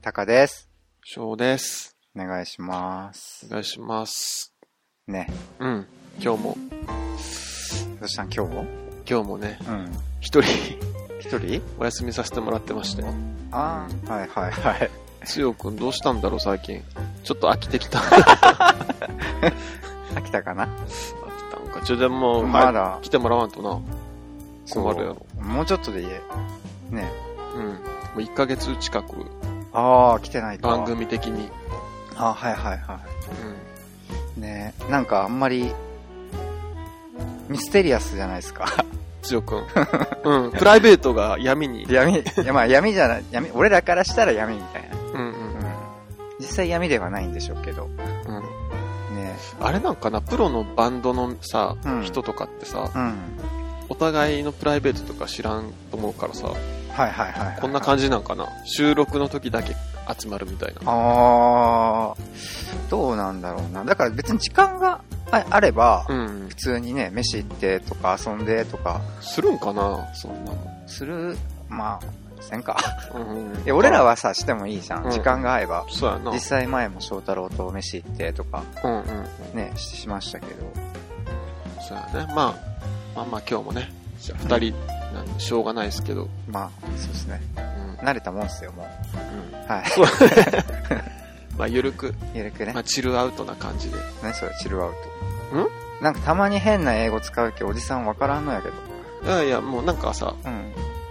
タカです。翔です。お願いしますお。願いします。ね。うん。今日も、どうしたん今日も今日もね、うん。一人 一人お休みさせてもらってまして。ああ、はいはいはい。 つよくんどうしたんだろう最近。ちょっと飽きてきた。飽きたかな飽きたんか。ちょ、でも、まだあ来てもらわんとな。困るやろ。そうもうちょっとでいいね。うん。もう1ヶ月近く、ああ、来てないと。番。組的に。あはいはいはうい。ねなんかあんまり、ミステリアスじゃないです か。ん。つ よくん。うん。プライベートが闇に。闇、いやまあ闇じゃない、闇、俺らからしたら闇みたいな。うんうん。実際闇ではないんでしょうけど。うん。ねあれなんかな、プロのバンドのさ、うん人とかってさ、うん。お互いのプライベートとか知らんと思うからさ、はいはいはい、はい。こんな感じなんかな。収録の時だけ集まるみたいな。あー、どうなんだろうな。だから別に時間がああれば、うん普。通にね、飯行ってとか遊んでとかするんかなそんなの。する、まあ、せんか。うんうんいや、俺らはさ、してもいいじゃうんん。時間が合えば。そうやな。実際前も翔太郎と飯行ってとか、うんうん。ね、ししましたけど。そうやね。まあ、まあまあ今日もね、じゃあ二人、なんでしょうがないですけど。まあ、そうですね。うん。慣れたもんっすよ、もう。うん。はい。まあゆるく、ゆるくねまあ。チルアウトな感じで。何それ、チルアウト。なんかたまに変な英語使うけどおじさんわからんのやけど。いやいや、もうなんかさ、うん。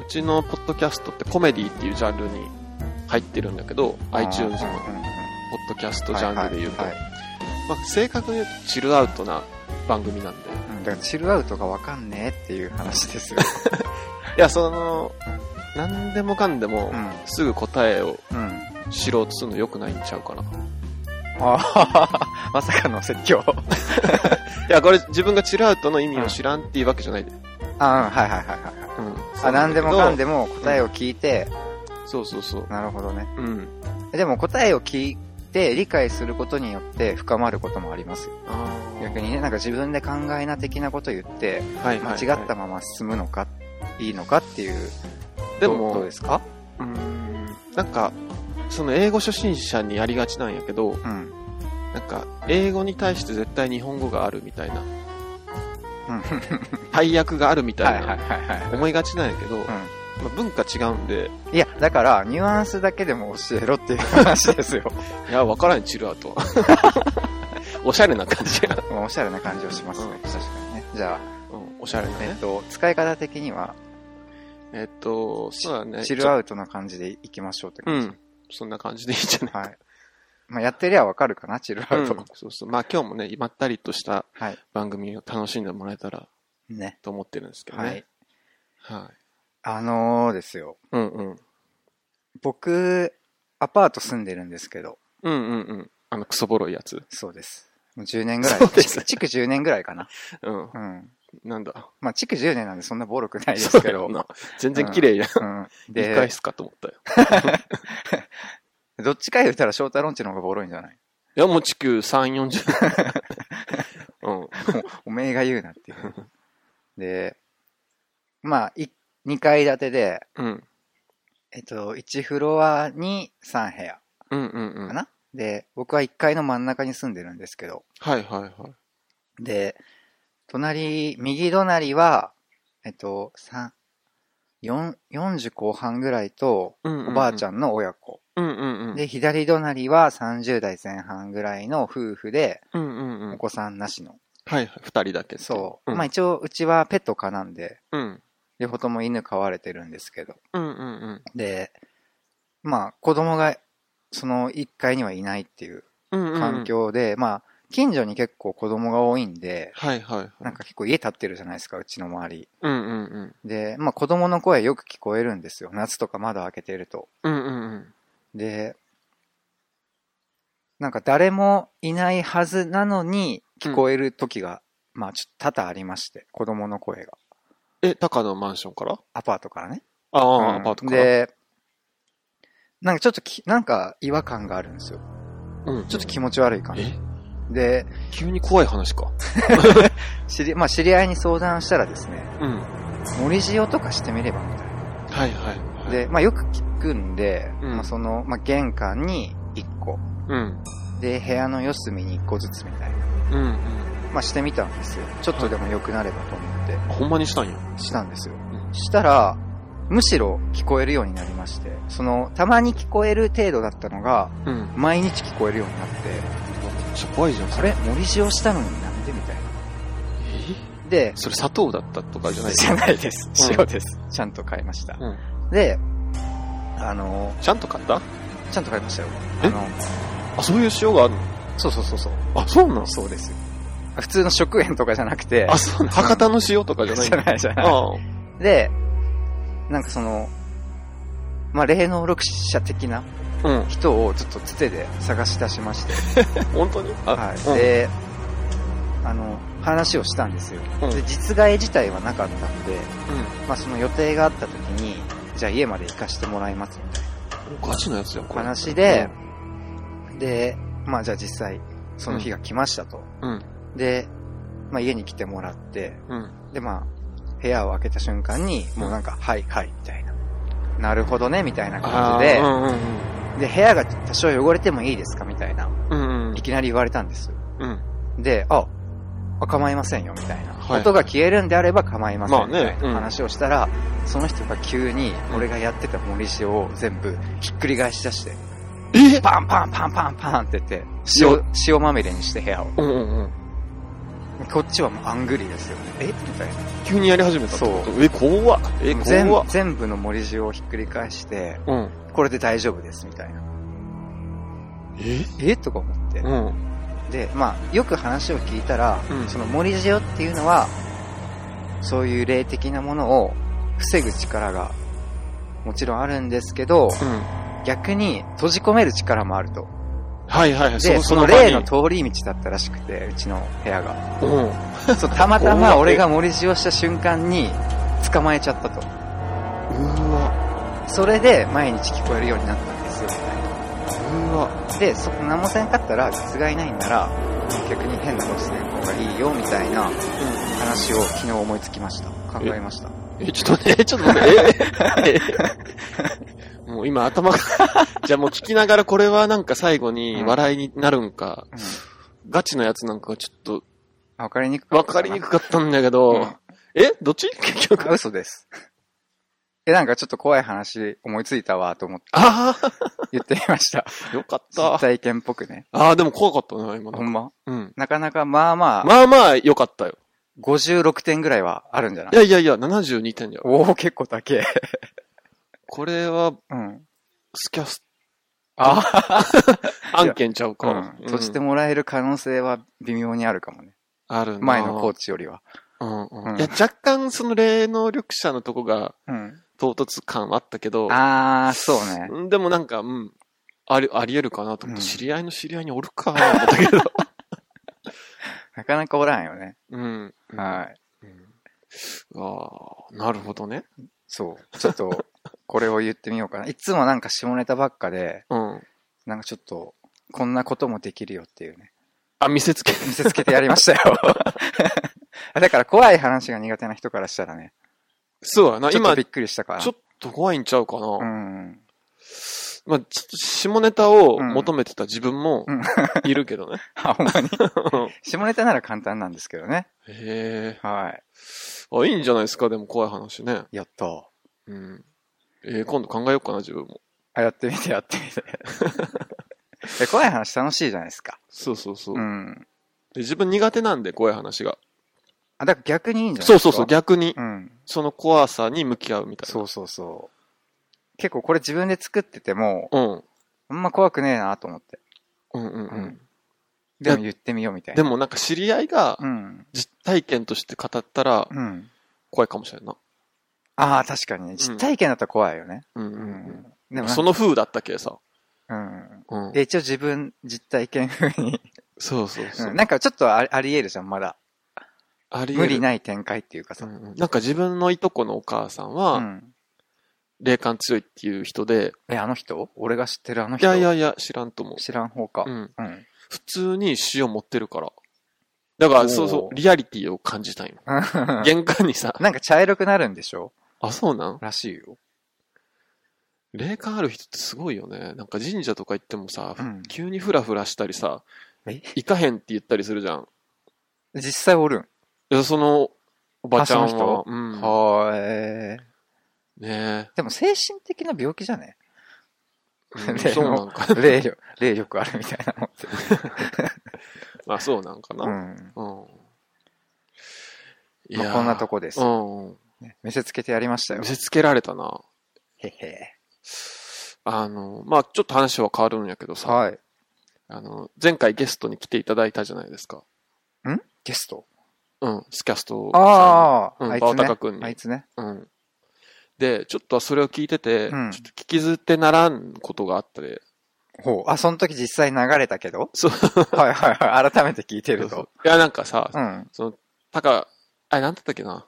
うちのポッドキャストってコメディっていうジャンルに入ってるんだけど、iTunes のうんポうんうんッドキャストジャンルで言うと、はいはいはいまあ、正確に言うとチルアウトな番組なんで。うんだからチルアウトがわかんねえっていう話ですよ。いや、その、何でもかんでも、うん。すぐ答えをうん。知ろうとするの良くないんちゃうかな。いああ、 まさかの説教。や、これ自分がチルアウトの意味を知らんっていうわけじゃないで。あうん、はいはいはいはい。うん。あ、なんでもかんででも答えを聞いて、そうそうそう。なるほどね。うん。でも答えを聞いて理解することによって深まることもありますよ。逆にね、なんか自分で考えな的なこと言って、はい、間はい。違ったまま進むのか、いいのかっていう。でどうどうもで、すかうん、なんか、その英語初心者にありがちなんやけど、うん。なんか、英語に対して絶対日本語があるみたいな、うん。配役があるみたはいいはいな、はいはい。思いがちなんやけど、まうあ文化違うんで、ん。いや、だから、ニュアンスだけでも教えろっていう話ですよ。いや、わからん、チルアウトは。 おしゃれな感じが。まあおしゃれな感じをしますね。うん確かにね。じゃあ、うん、おしゃれなえっね。と、使い方的には、えっと、そうだね。チルアウトな感じでいきましょうってう感じ。ん。そんな感じでいいんじゃないはい。まあ、やってりゃわかるかな、チルアウト。うんそうそう。まあ今日もね、まったりとしたはい。番組を楽しんでもらえたらね。と思ってるんですけどはいね。。はい。あのーですよ。うんうん。僕、アパート住んでるんですけど、うんうんうん。あの、クソボロいやつ。そうです。もう10年ぐらい。そうです築10年ぐらいかな。うん。うん。なんだ。まあ、築10年なんでそんなボロくないですけそどう。やな全然綺麗や。うん。理解で、すかと思ったよ。どっちか言ったら翔太郎んちの方がボロいんじゃないいや、もう地球3、40。うん。おめえが言うなっていう。で、まあ、い2階建てで、うん。えっと、1フロアに3部屋うんうんうん。かはいな、で、僕は1階の真ん中に住んでるんですけど、はいはい。で、隣、右隣は、えっと、三四40後半ぐらいと、うんうんうおばあちゃん。ゃんの親子。うんうんうん。で、左隣は30代前半ぐらいの夫婦で、うんうんうん。お子さんなしの。はいはい。二人だけっていそう。うんまあ一応、うちはペット可なんで、うん。両方とも犬飼われてるんですけど。うんうんうん。で、まあ子供が、その1階にはいないっていううんうん。環。境で、まあ、近所に結構子供が多いんで、はいはいはい。なんか結構家建ってるじゃないですか、うちの周り。うんうんうん。で、まあ子供の声よく聞こえるんですよ。夏とか窓開けてると。うんうんうん。で、なんか誰もいないはずなのに聞こえる時が、まあちょっと多々ありまして、子供の声が。え、高のマンションからアパートからね。ああ、うんアパートから。で、なんかちょっとき、なんか違和感があるんですよ。うん、ちょっと気持ち悪い感じ。えで、急に怖い話か。知り、まあ知り合いに相談したらですね、うん。は森塩とかしてみればみたいないはい。はい。で、まあよく聞くんで、うんまあその、まあ玄関に1個、うん。で、部屋の四隅に1個ずつみたいな、うんうん。まあしてみたんですよ。ちょっとでも良くなればと思って、ほんまにしたんや。したんですよ。んしたら、むしろ聞こえるようになりまして、その、たまに聞こえる程度だったのが、うん。毎日聞こえるようになって、めっちゃ怖いじゃん、あそれ。れ森塩したのになんでみたいな。えで、それ砂糖だったとかじゃないじゃないですう。ん塩です。ちゃんと買いました。うん。で、あの、ちゃんと買ったちゃんと買いましたよ。えあの、あ、そういう塩があるのそうそうそうそう。あ、そうなのそうです。普通の食塩とかじゃなくて、あ、そうなの博多の塩とかじゃないじのゃないじゃない。ああ。で、なんかその、まあ、霊能力者的なうん。人をちょっとつてで探し出しまして、本当にあ、はい。うんで、あの、話をしたんですよ。うんで、実害自体はなかったんで、まあ、その予定があった時に、じゃあ家まで行かしてもらいますみたいな。うん。ガチのやつやん、これ。話で、で、まあじゃあ実際、その日が来ましたと。うん。で、まあ家に来てもらって、うん。でまあ、部屋を開けた瞬間に、もうなんか、はいはい、みたいな。なるほどね、みたいなあ感あ。じでう、んうんで、部屋が多少汚れてもいいですかみたいな。うん。うんうんい。きなり言われたんです。うん。で、あ、あ構いませんよ、みたいな。はい音が消えるんであれば構いませまん、あみねたいな話をしたら、その人が急に、俺がやってた森塩を全部ひっくり返し出して、えパンパンパンパンパンって言って、塩、塩まみれにして部屋を。うんうんうん。こっちはもうアングリーですよね。えみたいな。急にやり始めたってことえ、怖っえ、全怖っ全部の盛り塩をひっくり返して、うん。これで大丈夫です、みたいな。ええとか思ってう。ん。で、まあ、よく話を聞いたら、うんその盛り塩っていうのは、そういう霊的なものを防ぐ力が、もちろんあるんですけど、うん。逆に閉じ込める力もあると。はいはいはい。で、うその霊の場通り道だったらしくて、うちの部屋が。にうん。 そう、たまたま俺が森塩した瞬間に捕まえちゃったと。うわ、それで毎日聞こえるようになったんですよ、みうわ。たいな。で、そこ何もせんかったら、実害ないんなら、逆に変なことしない方がいいよ、みたいな話を昨日思いつきました。考えました。え、ちょっとね、ち ょっと待って、ええ、もう今頭が、 じゃあもう聞きながらこれはなんか最後に笑いになるんか、うん。ガチのやつなんかちょっとあわかりにくかわったなかりにくかったんだけど、うんえどっち 結あ局。嘘です。え、なんかちょっと怖い話思いついたわ、と思ってあ言ってみま した。あ、よかった。実あ体験っぽくね。あー、でも怖かったな、今ほの。んまうん。なかなかまあまあ、まあまあ、よかったよ。 56点ぐらいはあるんじゃないいやいやいや、72点じゃん。おお結構高え。これは、 うん。スキャス あ案件ちゃううんか。うんそしてもらえる可能性は微妙にあるかもね。あるな前のコーチよりは。うんうんうんいや、若干その霊能力者のとこがうん。唐突感はあったけど、あー、そうね。うんでもなんか、うん、あり、あり得るかなと思って、うん知り合いの知り合いにおるかなと 思ったけど、なかなかおらんよね。うん。はい。い。ああ、なるほどね。そう。ちょっと、これを言ってみようかな。いつもなんか下ネタばっかで、うん。なんかちょっと、こんなこともできるよっていうね。あ、見せつけ。見せつけてやりましたよ。 あだから怖い話が苦手な人からしたらね、そうやな、ちょっと今、びっちくりしたから。ょっと怖いんちゃうかな。うん。 まあ、ちょっと下ネタを求めてた自分もうんいるけどね。あ、ほん まに。うん下ネタなら簡単なんですけどね。へえ。はい。あ、いいんじゃないですか、でも怖い話ね。やった。うん。えー、今度考えようかな、自分も。あ、やってみて、やってみて。 え怖い話楽しいじゃないですか。そうそうそう。うん。で自分苦手なんで、怖い話が。あ、だから逆にいいんじゃないそでうすそか。うそう、逆に、うん。その怖さに向き合うみたいな。そうそうそう。結構これ自分で作ってても、うん。あんま怖くねえなと思って。うんうんううんん。でも言ってみようみたいでな。もなんか知り合いがうん。実体験として語ったらうん。怖いかもしれんな。ああ、確かにね。実体験だったら怖いよね。うんううんん。でうもん。なんその風だったけさ。うん。うん。で、一応自分、実体験風に。。。そうそうそううんなんかちょっとああり得るじゃん、まだ。あり得無る理。ない展開っていうかうさ。んうんなんか自分のいとこのお母さんうはん。霊感強いっていう人で、え、あの人俺が知ってるあのい人やいやいや、知らんと思う。知らん方か。う。うんん。普通に塩持ってるから。だから、おーそうそう、リアリティを感じたいの。 玄関にさ、なんか茶色くなるんでしょあ、そうなんらしいよ。霊感ある人ってすごいよね。なんか神社とか行ってもさ、うん急にフラフラしたりさ、え行かへんって言ったりするじゃん。実際おるん。いや、その、おばちゃんあそのは。うん。はーい。ねでも精神的な病気じゃ ねえ。うん でもそうなんか。霊力、霊力あるみたいなもんって。まあそうなんかうな。ん。うん。いまあ、こんなとこですう。んうん。見せつけてやりましたよ見。せつけられたな。へへ。あの、まあちょっと話は変わるんやけどさ、はい。あの、前回ゲストに来ていただいたじゃないですか。んゲストうん、スキャストさんに。ああ、うんあいバつオねタカ君。にあいつね。うん。で、ちょっとそれを聞いてて、うんちょっと聞き捨てならんことがあったで、ほう。あ、その時実際流れたけどそうはいはいはい。改めて聞いてるそうと。いや、なんかさ、うん。その、たか、あれ、なんだったっけな。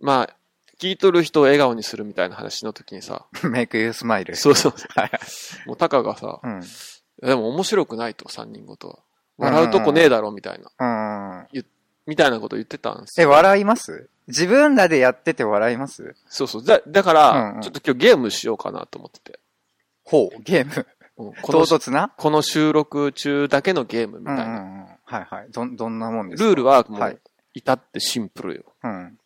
まあ、聞いとる人を笑顔にするみたいな話の時にさ、 make you smile. そうそう。はいはい。もうタカがさ、うん。でも面白くないと、三人ごとは。笑うとこねえだろ、みたいな、うん。みたいなこと言ってたんですえ、よ。笑います自分らでやってて笑いますそうそう。だ、だから、うんうんちょっと今日ゲームしようかなと思ってて。ほう。ゲーム。うんこ唐の突なこの収録中だけのゲームみうたんいうな。んうん。はいはい。どん、どんなもんですルールはも、はいう至ってシンプルよ。うん。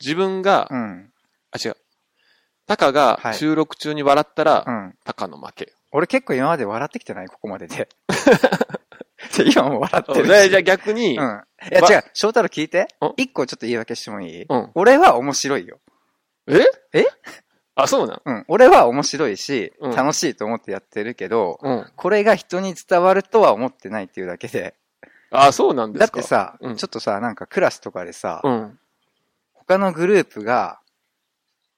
自分が、うん。あ、違う。タカがはい収録中に笑ったら、うん。タカの負け。俺結構今まで笑ってきてないここまでで。で今も笑ってるでし。じゃあ逆に、うん。いやば違う、翔太郎聞いてん。一個ちょっと言い訳してもいいうん俺は面白いよ。ええあ、そうなんうん。俺は面白いし、うん楽しいと思ってやってるけど、うん。これが人に伝わるとは思ってないっていうだけで。あ、そうなんでだっすかてさ、うんちょっとさ、なんかクラスとかでさ、うん。他のグループが、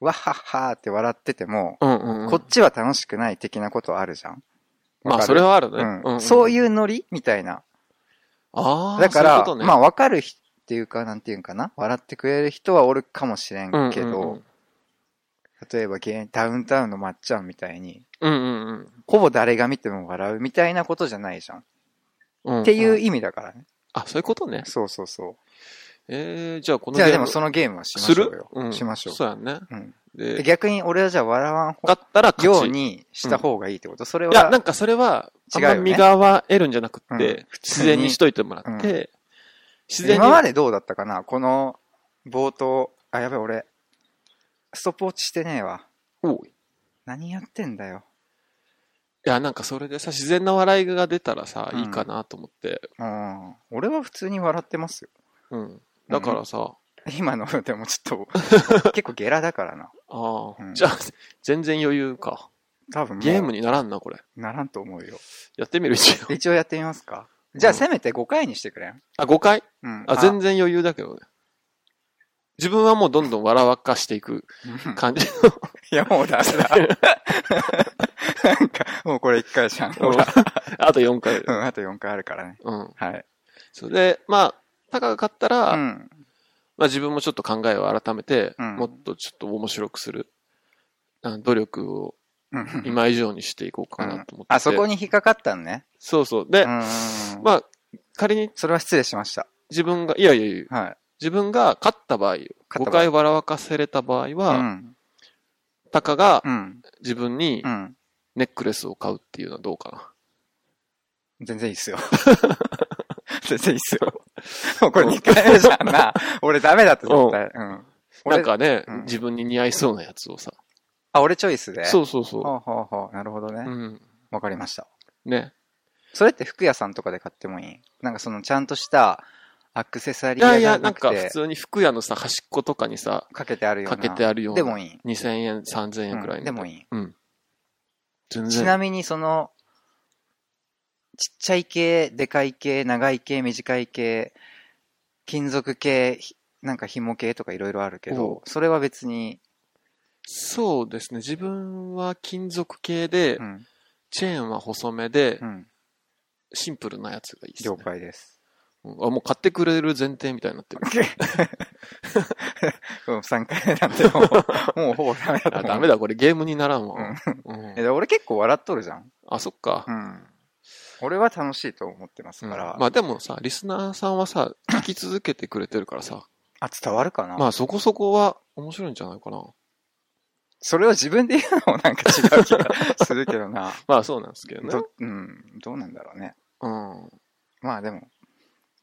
わっはっはーって笑ってても、うんうんうん。こっちは楽しくない的なことあるじゃん。まわあ、かるそれはあるね。うん。そうういん。うノリみたいな。ああ、だかそういうら、ことねまあ分かる人っていうか、なんていうんかな、笑ってくれる人はおるかもしれんけど、例えば芸ダウンタウンのまっちゃんみたいに、うんうんうん。ほぼ誰が見ても笑うみたいなことじゃないじゃん。うんうん。。っていううん意味だからね。あ、そういうことね。そうそうそえー、じゃあこう。のじゃあでもゲームそのゲームはしますしょうるよ。しましょう。そうやんね。うん、でで、逆に俺はじゃあ笑わん勝ったら勝ようち。にした方がいいってこと、それいや、なは、んかそれは、あん違うまよね身がわえるんじゃなくって、うん自然にしといてもらって、自然に。今までどうだったかなこの冒頭、あ、やべ俺、ストップウォッチしてねえわ。おうい何やってんだよ。や、なんかそれでさ、自然な笑いが出たらさ、うんいいかなと思って。うん。俺は普通に笑ってますよ。うん。だからさ、今の、でもちょっ と、結構ゲラだからな。ああ、うんじゃあ、 全然余裕か。多分もうゲームにならんな、これ。ならんと思うよ。やってみる一応。 一応やってみますかじゃあうんせめて5回にしてくれん。あ、5回うん。あ、全然余裕だけどね。自分はもうどんどん笑わかしていくうん 感じ。いや、もうダメ だ。なんか、もうこれ1回じゃん。ほら。 あと4回。うん、あと4回あるからね。うん。はい。それで、まあ、タカが勝ったら、うん。まあ自分もちょっと考えを改めて、うんもっとちょっと面白くする、あ努力をうん。今以上にしていこうかなと思ってて、あそこに引っかかったんね。そうそう。で、うん。まあ、仮にそれは失礼しました。自分が、いやいやいや、はい。自分が勝った場合、勝った場合5回笑わかせれた場合うは、ん。タカがうん。自分にうん。ネックレスを買うっていうのはどうかな。全然いいっ すよ。全然いいっすよ。もうこれ2回目じゃんな。俺ダメだった、絶対。うん。俺なんかね、うん自分に似合いそうなやつをさ。あ、俺チョイスで。そうそうそほうほうほう。なるほどう。うね。ん。わかりました。ね。それって服屋さんとかで買ってもいいなんかそのちゃんとしたアクセサいリやーいじゃや、ななんくか普て通に服屋のさ、端っことかにさ、かけてあるような。かけてあるようでな。もいい。 2000円、3000円くらいうんの。でもいい。うん。全ち然。なみにその、ちっちゃい系、でかい系、長い系、短い系、金属系、ひなんか紐系とかいろいろあるけおどう、それは別に、そうですね。自分は金属系でう、ん、チェーンは細めでう、ん、シンプルなやつがいいですね了。解です。うんあ、もう買ってくれる前提みたいになって る。うん、3回目 なんてもう、もうほぼダメだとあ、思う。ダメだ、これゲームにならんわ。 うんえ。俺結構笑っとるじゃん。あ、そっかう。ん。俺は楽しいと思ってますから、うんまあでもさ、リスナーさんはさ、聞き続けてくれてるからさ、あ、伝わるかなまあそこそこは面白いんじゃないかな。それを自分で言うのもなんか違う気がするけどな。ま あそうなんですけどね。ど、うん、どうなんだろうね。うん。まあでも、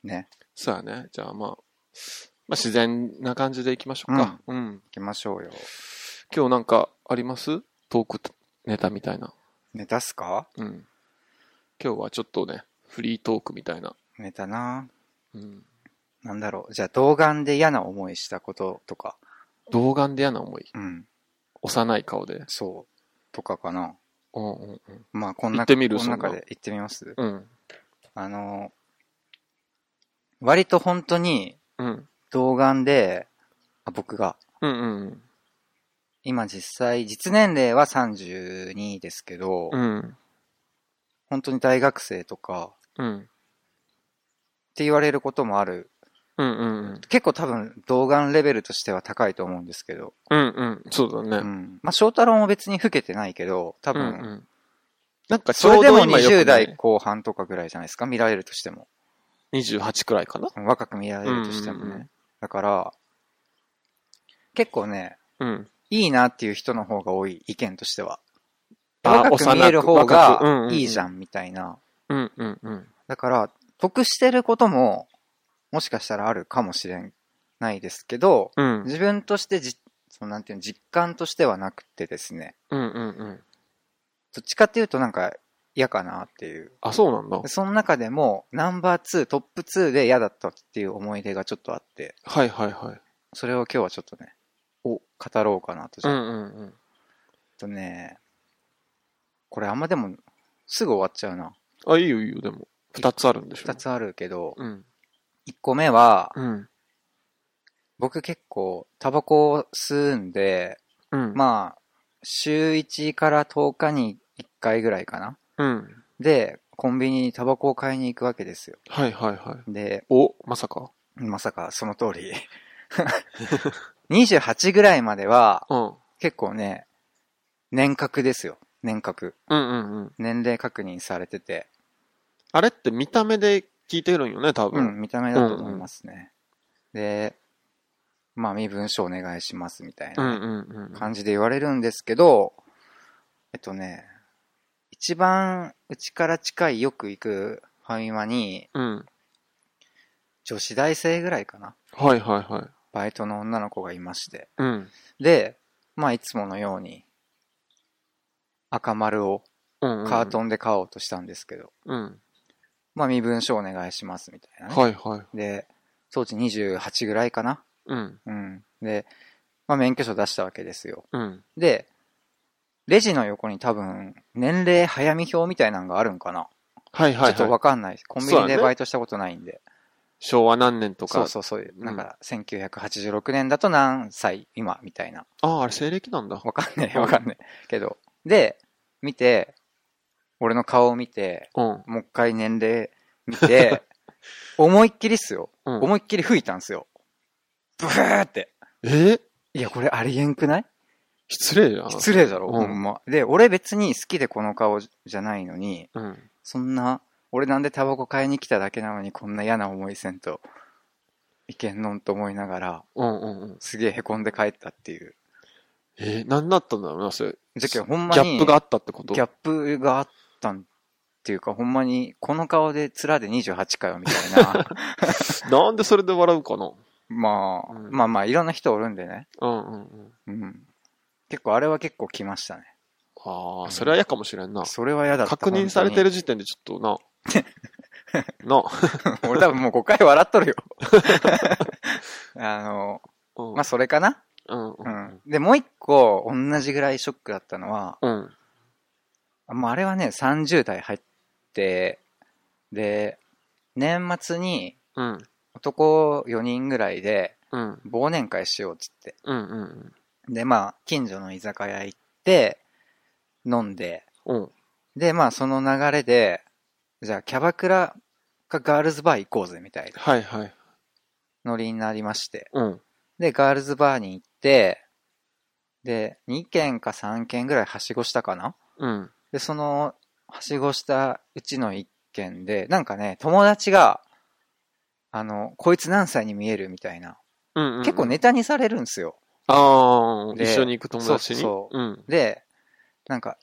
ね、そうやね。じゃあまあ、まあ自然な感じでいきましょうか。うん。行きましょうよ。今日なんかありますトークネタみたいな。ネタっすかうん。今日はちょっとね、フリートークみたいな。ネタなうん。なんだろう。じゃあ、童顔で嫌な思いしたこととか。童顔で嫌な思い。うん。幼い顔で。そう。とかかな。うんうんうん。まあ、こんな、行ってみるこの中そんなで行ってみますうん。あの、割と本当に、うん。童顔で、あ僕が、うんうん今実際、実年齢は32ですけど、うん。うん。本当に大学生とか、うん。って言われることもある。うんうん結構多分、童顔レベルとしては高いと思うんですけど。うん。うんうん。そうだね。う。ん。まあ、翔太郎も別に老けてないけど、多分、うんうん、なんかちそょれうでども今よ20く、代ね、後半とかぐらいじゃないですか、見られるとしても。 28くらいかな。若く見られるとしてもね。うんうんうんだから、結構ね、うん。いいなっていう人の方が多い、意見としては。あ若く見える方がいいじゃん、みたいな。うんうんうん。だから、得してることも、もしかしたらあるかもしれないですけど、うん自分としてじ、そのなんていうの、実感としてはなくてですね。うんうんうん。どっちかっていうとなんか嫌かなっていう。あ、そうなんだで。その中でも、ナンバー2、トップ2で嫌だったっていう思い出がちょっとあって、はいはいはい。それを今日はちょっとね、お語ろうかなと。ちうんょっうんうん。とね、これあんまでも、すぐ終わっちゃうな。あ、いいよいいよ、でも。二つあるんでしょ。二。つあるけど、うん。一個目は、うん。僕結構、タバコを吸うんで、うん。まあ、週1から10日に1回ぐらいかな。うん。で、コンビニにタバコを買いに行くわけですよ。はいはいはい。で、お、まさか。まさかその通り。28ぐらいまでは、うん。うん結構ね、年格ですよ。年格。うんうん。年齢確認されてて。あれって見た目で聞いてるんよね、多う分。ん、見た目だと思いますね。で、まあ、身分証お願いしますみたいうんなうんうん。感じで言われるんですけど、えっとね、一番うちから近いよく行くファミマに、うん。女子大生ぐらいかな。はいはいはい。バイトの女の子がいまして。うん。で、まあ、いつものように、赤丸をうん、うん。カー。トンで買おうとしたんですけど、うん。まあ、身分証お願いしますみたいなね。はいはい。で、当時28ぐらいかな。うん。うん。で、まあ、免許証出したわけですよ。うん。で、レジの横に多分、年齢早見表みたいなのがあるんかな。はいはちょいっとはわい。かんない。コンビそうニだねでバイトしたことないんで。昭和何年とか。そうそうそううんなんか、1986年だと何歳今みたいな。ああ、あれ西暦なんだ。わかんねえ、わかんねえ。けど。で、見て、俺の顔を見て、うん。もう一回年齢見 て、思いっきりっすよ。うん思いっきり吹いたんすよ。ブーって。えーいや、これありえんくない失礼じゃん。失礼だろ、うんほんま。で、俺別に好きでこの顔じゃないのに、うん。そんな、俺なんでタバコ買いに来ただけなのにこんな嫌な思いせんといけんのんと思いながら、うんうんうん。すげえ凹んで帰ったっていう。えー、何だったんだろうな、それ。じゃけんほんまギにャ、ップがあったってことギャップがあったんっていうか、ほんまに、この顔で面で28かよ、みたい な。なんでそれで笑うかなまあ、うんまあまあ、いろんな人おるんでね。うんうんうん。うん。結構、あれは結構来ましたね。ああ、それは嫌かもしれんな。それは嫌だった。確認されてる。る時点でちょっ とな。な。俺多分もう5回笑っとるよ。 あの、うん。まあ、それかな。うんううんん。で、もう一個、同じぐらいショックだったのは、うん。うん。まあ、あれはね、30代入って、で、年末にうん。男4人ぐらいでうん。忘年会しようっつって。うん。うん。で、まあ、近所の居酒屋行って、飲んで、うん。で、まあ、その流れで、じゃあ、キャバクラかガールズバー行こうぜ、みたいなはいはい。ノリになりまして。うん。で、ガールズバーに行って、で、2軒か3軒ぐらいはしごしたかなうん。で、その、はしごしたうちの1軒で、なんかね、友達が、あの、こいつ何歳に見えるみたいな。うん。うん結構。ネタにされるんですよ。ああ、で一緒に行く友達に。。そうん。で、なんか、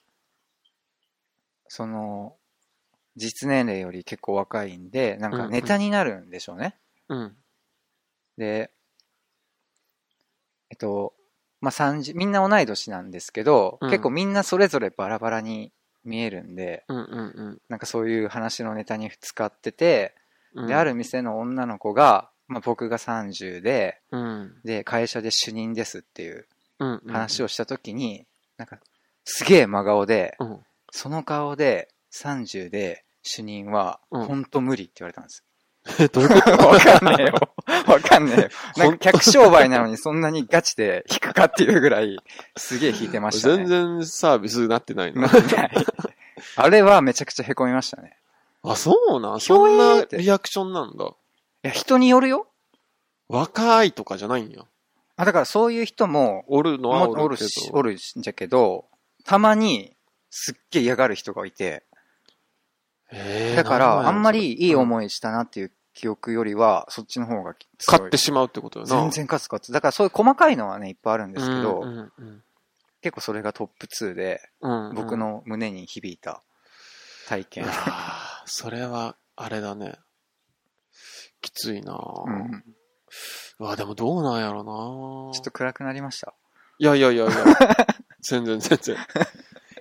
その、実年齢より結構若いんで、なんうんかうんネタになるんでしょうね。うん。で、えっと、まあ、30、みんな同い年なんですけど、うん結構みんなそれぞれバラバラに見えるんで、うんうんなんかそういう話のネタに使ってて、うん。で、ある。店の女の子が、まあ、僕が30で、うん。で、会社で主任ですっていううん。話を。をした時に、なんか、すげえ真顔で、うん。その顔で30で主任は、うんほんと無理って言われたんです。え、どういうこと わかんねえよ。わかんねえよ。なほんんか客商売なのにそんなにガチで引くかっていうぐらい、すげえ引いてましたね。全然サービスになってないなな。んない。あれはめちゃくちゃ凹みましたね。あ、そうなんひょそいんーなってリアクションなんだ。いや、人によるよ。若いとかじゃないんや。あだからそういう人も、おるのはもおおるるけし、ど。おるんじゃけど、たまに、すっげえ嫌がる人がいて、えーだかなんなんやら、あろんまりいい思いしたなっていう記憶よりは、そっちの方がそれ買ってししまうってことよな。全然勝つ勝つ。だからそういう細かいのはね、いっぱいあるんですけど、うんうんうん結構それがトップ2で、うんうん僕。の胸に響いた体う験。わぁそれは、あれだね。きついなぁ。うん、うわぁでもどうなんやろなぁちょっと暗くなりました。いやいやいやいや。 全然全然。い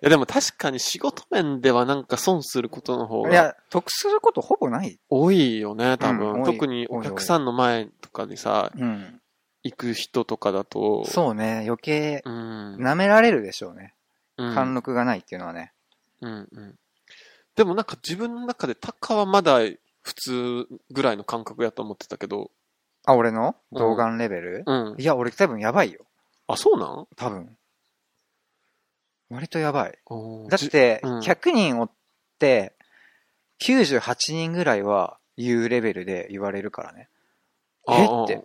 やでも確かに仕事面ではなんか損することの方いがや、得することほぼない。多いよね、多うん多分。い特にお客さんの前とかにさ、うん。行く人とかだと。そうね、余計、う。ん。舐められるでしょうね。うん貫禄がないっていうのはね。うんうん。でもなんか自分の中でタカはまだ普通ぐらいの感覚やと思ってたけど。あ、俺のうん童顔レベル、うん。いや、俺多分やばいよ。あ、そうなん多分。割とやばい。おーだっじて、うん100人おって、98人ぐらいは言うレベルで言われるからね。あえーって。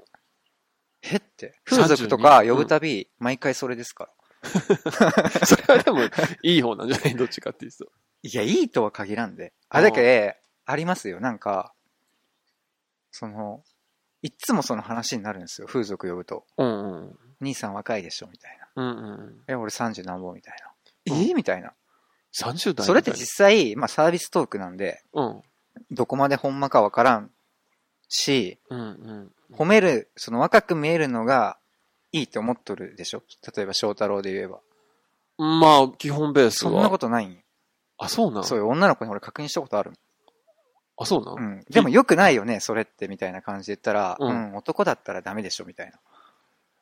へって。風俗とか呼ぶたび、毎回それですから。 それはでもいい方なんじゃない どっちかっていうと。いや、いいとは限らんで。うあ、んだけど、ありますよ。なんか、その、いっつもその話になるんですよ。風俗呼ぶと。うんうん。兄さん若いでしょみたいな。うんうん。え、俺30何本みたいな。うんえーみたいな。 30代みたいなそれって実際、まあサービストークなんで、うん。どこまでほんまかわからんし、うんうん。褒める、その若く見えるのがいいって思っとるでしょ例えば翔太郎で言えば。まあ、基本ベースそは。んなことないんよあ、そうなんそういう女の子に俺確認したことあるもんあ、そうなん、うん、でも良くないよね、それってみたいな感じで言ったら、ううんん、男だったらダメでしょみたいな。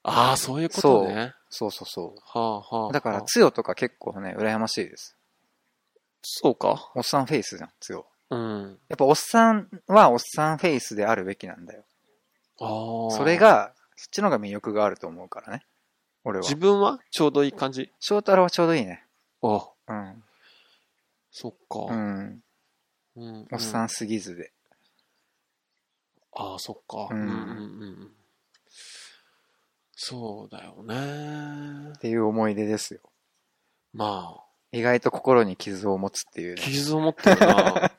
ああ、そういうことね。そうそうそはあはあはう。あ。だから、つよとか結構ね、羨ましいです。そうか。おっさんフェイスじゃん、つよ。うん。やっぱおっさんはおっさんフェイスであるべきなんだよ。ああ。それ、が、そっちの方が魅力があると思うからね。俺は。自分はちょうどいい感じ。翔太郎はちょうどいいね。あうん。そっうか。ん。うん。おっさんすぎずで。ああ、そっか。ううんんうんうん。そうだよねっ。ていう思い出ですよ。ま あ、意外と心に傷を持つっていうね。 傷を持ってるな。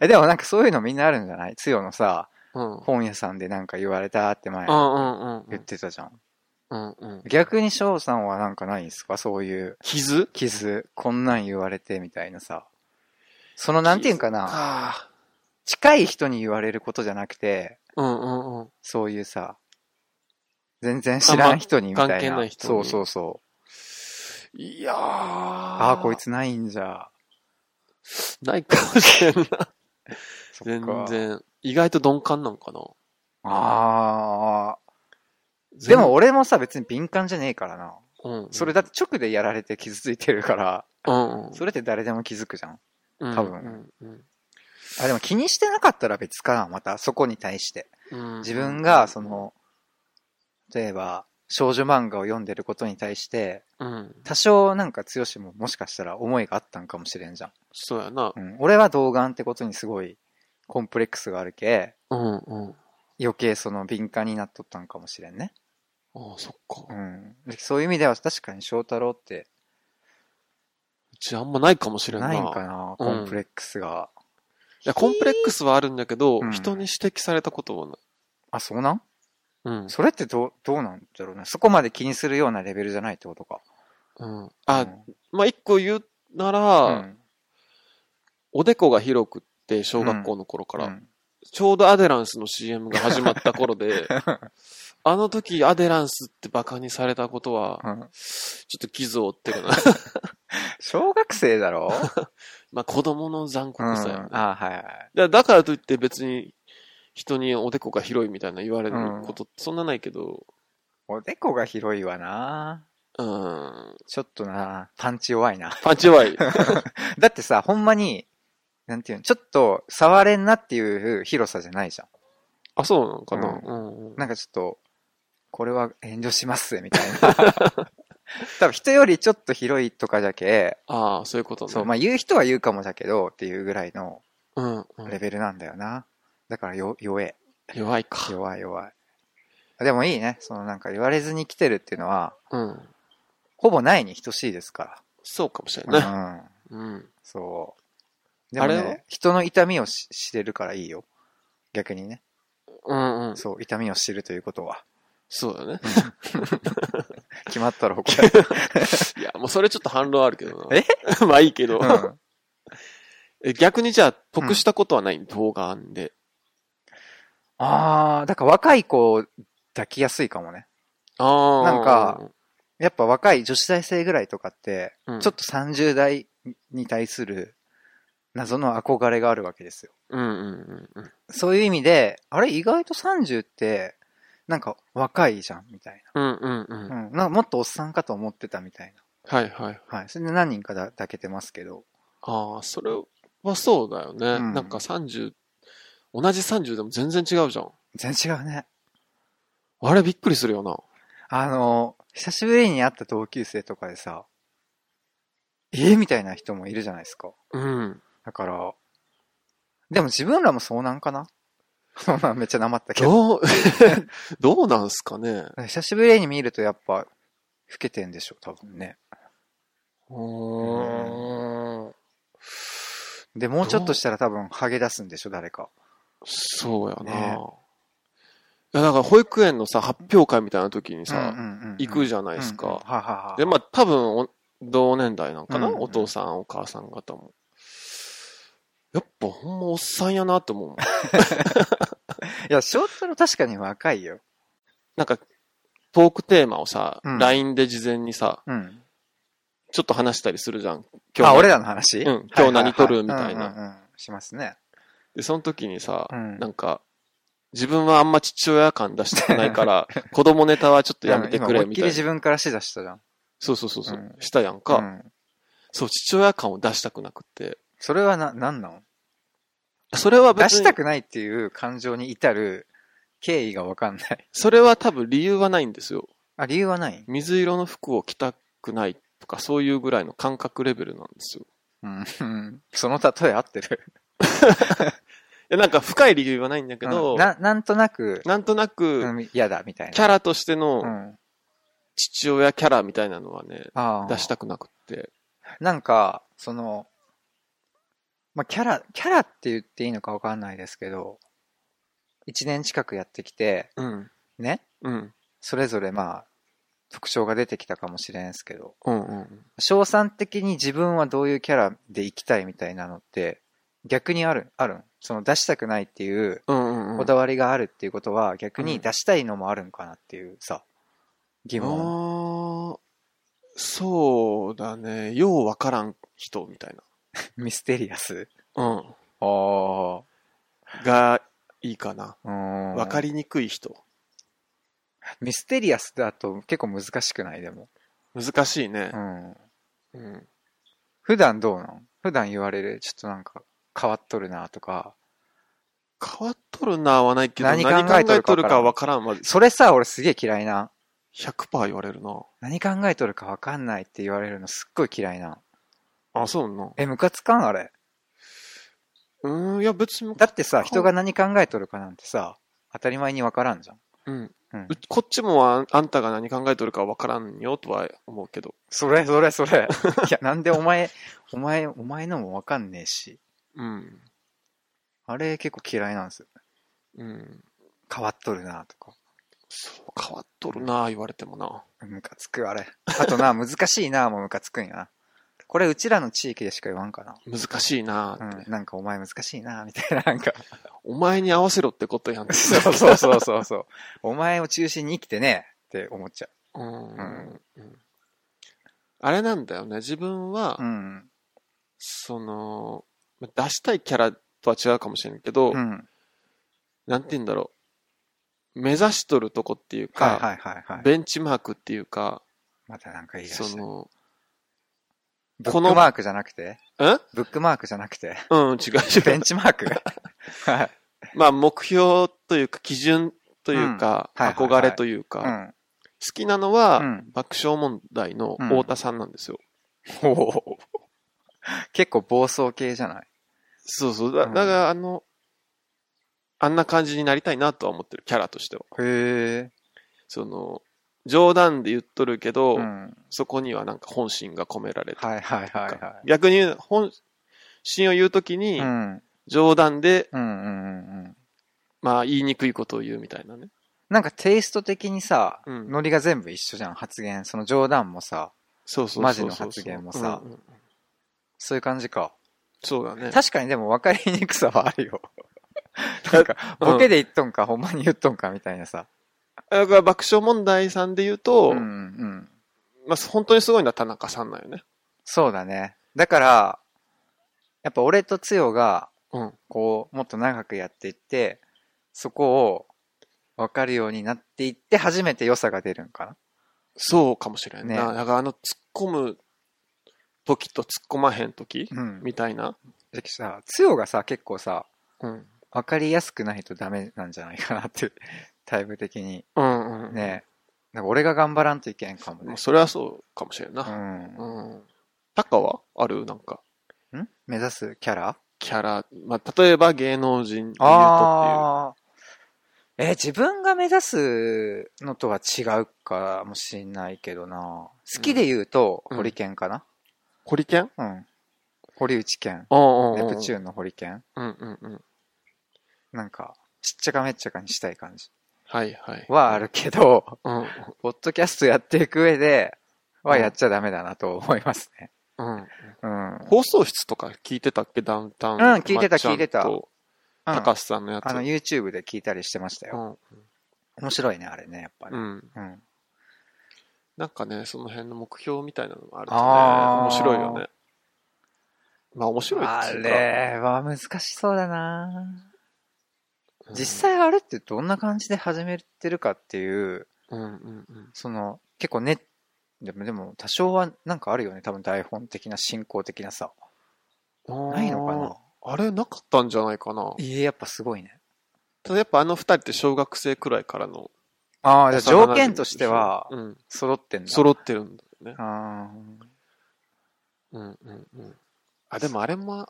え、でもなんかそういうのみんなあるんじゃないつよのさ、 うん。本屋さんでなんか言われたって前う。んうんう言っん。てたじゃん。うんうん。逆に翔さんはなんかないんですかそういう傷傷、こんなん言われてみたいなさ。そのなんていうんかな、ああ。近い人に言われることじゃなくて、うんうんうん。そういうさ、全然知らん人にみたいな。あま関係ない人にそうそうそう。いやー。あああー、こいつないんじゃ。ないかもしれんない。そっか 全。然。意外と鈍感なんかな。ああ。でも俺もさ、別に敏感じゃねえからな。全、うん、それ、だって直でやられて傷ついてるから、うん、うん。それって誰でも気づくじゃん。うん、多分うんあ、でも気にしてなかったら別かな、また、そこに対して。うん、自分が、そ、の、例えば、少女漫画を読んでることに対して、うん。多少なんか強しももしかしたら思いがあったんかもしれんじゃん。そうやなう。ん、俺は童顔ってことにすごいコンプレックスがあるけ、うん、うん。余計その敏感になっとったんかもしれんね。ああ、そっうか。ん。でそういう意味では確かに翔太郎ってうちあんまないかもしれんな。ないいんかな、うんコンプレックスが。いや、コンプレックスはあるんだけど、うん人に指摘されたことはない。あ、そうなんうん。それってどう、どうなんだろうね。そこまで気にするようなレベルじゃないってことか。うん。うあ、んまあ、一個言うなうら、んおでこが広くって、小学校の頃から、うんちょうどアデランスの CM が始まった頃 で、あの時アデランスってバカにされたことは、うんちょっと傷を負ってるな。 小学生だろまあ子供のう残ん。酷さよね、あはいはい。だだからといって別に人におでこが広いみたいな言われること、そんなないけど、おでこが広いわなうん、ちょっとなパンチ弱いな。パンチ弱 い。だってさ、ほんまに、なんていうの、ちょっと触れんなっていう広さじゃないじゃん。あ、そうなのかな、ううんうんなんかちょっと、これは遠慮します、みたい な。多分人よりちょっと広いとかじゃけ、ああ、そういうことね。そう、まあ言う人は言うかもじゃけど、っていうぐらいのうんうん、レベルなんだよな。だからよ、弱え。弱いか。弱い弱い。でもいいね。そのなんか言われずに来てるっていうのは、うん。ほぼないに等しいですかそうかもしれない。ら。うん。うん。そう。でもあれはね、人の痛みをし知れるからいいよ。逆にね。うんうん。そう、痛みを知るということ は。そう だね。決まったら怒られる。 いや、もうそれちょっと反論あるけどな。え まあいいけど。うんえ逆にじゃあ、得したことはない、動画案で。あー、だから若い子抱きやすいかもね。ああ。なんか、やっぱ若い女子大生ぐらいとかって、うんちょっと30代に対する謎の憧れがあるわけですよ。うんうんうんうん。そういう意味で、あれ意外と30って、なんか若いじゃん、みたいうんうんうな。うん。ん。なんかもっとおっさんかと思ってたみたいな。はいはい。はい。それで何人かだ抱けてますけど。ああ、それはそうだよね。うんなんか30、同じ30でも全然違うじゃん。全然違うね。あれびっくりするよな。あの、久しぶりに会った同級生とかでさ、えー、みたいな人もいるじゃないですか。うん。だから、でも自分らもそうなんかな そうなん、めっちゃなまったけど。どう、 どうなんすかね。久しぶりに見るとやっぱ、老けてんでしょ、多分ね。うーん。で、もうちょっとしたら多分、ハゲ出すんでしょ、誰か。そうやな。ねいや、だから保育園のさ、発表会みたいな時にさ、行くじじゃないですか。はははで、まあ、多分お、同年代なんかな、うんうんお父さん、お母さん方も。やっぱ、ほんまおっさんやなと思うもん。 いや、翔太郎確かに若いよ。なんか、トークテーマをさ、うん LINE で事前にさ、うん。ちょっと話したりするじゃん。あ、ね俺らの話うん今日何撮るみたい。ははなはうんうんうんしますね。で、その時にさ、うんなんか、自分はあんま父親感出したくない から、子供ネタはちょっとやめてくうん今れ、思いっみきたりい自な。分からしだしたじゃん。そうそうそうそう、うんしたやんうか、んそう、父親感を出したくなくて。それはな、なんなのそれは出別しにた、くないっていう感情に至る経緯がわかん ない。それは多分理由はないんですよ。あ、理由はない水色の服を着たくないとか、そういうぐらいの感覚レベルなんですよ。うんうん。その例え合ってる。いや、なんか深い理由はないんだけど、うんなな、なんとなく、んとなうく、ん嫌だみたいな。キャラとしてうのん。父親キャラみたいなのはね、ああ。出したくなくって。なんか、その、まあ、キャラ、キャラって言っていいのかわかんないですけど、一年近くやってきて、うん。ね、うん。それぞれまあ、特徴が出てきたかもしれんすけど、うんうん。賞賛的に自分はどういうキャラで生きたいみたいなのって、逆にある、あるんその出したくないっていう、うんうんうこん。だわりがあるっていうことは、逆うにん出したいのもあるんかなっていうさ、疑問。あーそうだね。ようわからん人みたいミステリアスな。うあん。がいいかな。あ。うんわかりにくい人。ミステリアスだと結構難しくないでも。難しいねう。ん。うん。普段どうなん普段言われる、ちょっとなんか変わっとるなとか。変わっとるなはないけど、何何考考ええとるかとるかわからんはそれさ、俺すげえ嫌いな。 100%言われるな。何考えとるかわかんないって言われるのすっごい嫌いな。あ、そうな。え、ムカつかんあれ。うーん、いや別に、だってさ、人が何考えとるかなんてさ、当たり前にわからんじゃん。うん。うんう。こっちもあんあんたが何考えとるかわからんよとは思うけど。それそれそれ。いや、なんでお前、お前、お前のもわかんねえし。うん。あれ結構嫌いなんですよ。うん。変わっとるなとか。そう、変わっとるな、言われてもな。ムカつく、あれ。あとな、難しいなもムカつくんやな。これ、うちらの地域でしか言わんかな。難しいな、うん、なんかお前難しいなみたいな、なんか。お前に合わせろってことや ん。そうそうそうそうそう。 お前を中心に生きてねって思っちゃうんんうんあれなんだよね。自分は、う。うん。その、ま出したいキャラとは違うかもしれんけど、うん。なんて言うんだろう。目指しとるとこっていうはか、いはいはいはい。ベンチマークっていうか、またなんか言い出しそた。の、ブッこのクマークじゃなくてえブックマークじゃなく てうん、違う 違ベうン。チマークはい。まあ、目標というか、基準というか、うんはいはいはい憧れというか、う好ん。きなのは、うん爆笑問題の太田さんなんですよ。結構暴走系じゃないそうそう。だうだんから、あの、あんな感じになりたいなとは思ってる、キャラとしては。へえ。その、冗談で言っとるけど、うん。そこにはなんか本心が込められてるはいはいとはいかは逆に言う、本心を言うときにい。う、ん。冗談で、うんうんうんうん。まあ言いにくいことを言うみたいなね。なんかテイスト的にさ、うんノリが全部一緒じゃん、発言。その冗談もさ、そうそうそうそう。マジの発言もさうんうんそういう感じか。そうだね。確かにでも分かりにくさはあ るよ。なんか、ボケで言っとんか、ほんまに言っとんかみたいなさ。だから爆笑問題さんで言うと、うんうんうん。まあ本当にすごいのは田中さんなんよね。そうだね。だから、やっぱ俺とつよが、うん。こう、もっと長くやっていって、そこを分かるようになっていって、初めて良さが出るんかそうかもしれんな。ねだからあの突っ込む時と突っ込まへん時な。うん。みたいな。だけどさ、つよがさ、結構さ、うん。分かりやすくないとダメなんじゃないかなって、タイプ的に。うんうん。ねなんか俺が頑張らんといけんかもまねあ。それはそうかもしれんうな。ん。うん。タカはあるなんか、ん目指すキャラキャラ。まあ例えば芸能人で言うとああ。えー、自分が目指すのとは違うかもしんないけどな。好きで言うと、うんホリケンかなっていう。ホリケンうん。堀内健。うんネプチューン。ーンのホリケン。うんうんうん。なんか、ちっちゃかめっちゃかにしたい感じはいはい。はあるけ ど、うんポッドキャストやっていく上ではやっちゃダメだなと思いますね。うん。うん。うん。うん、放送室とか聞いてたっけダウンタウン。うん聞いてたまっちゃん聞いてたとあ高橋さんのやつ。の、YouTube で聞いたりしてましたよ。面白いね、あれね、やっぱうり。ん。うん。うん。なんかね、その辺の目標みたいなのもあるあーとね、面白いよね。まあ面白いっあつうかれは難しそうだなうん実際あれってどんな感じで始めてるかっていう、うんうんうん。その、結構ね、でも、でも多少はなんかあるよね。多分台本的な進行的なさ。ないのかなあーあれなかったんじゃないかな。いえ、やっぱすごいね。ただやっぱあの二人って小学生くらいからの。ああ、じゃあ条件としてはう、ん。揃ってんだ。揃ってるんだよね。あうんうんうん。あ、でもあれも、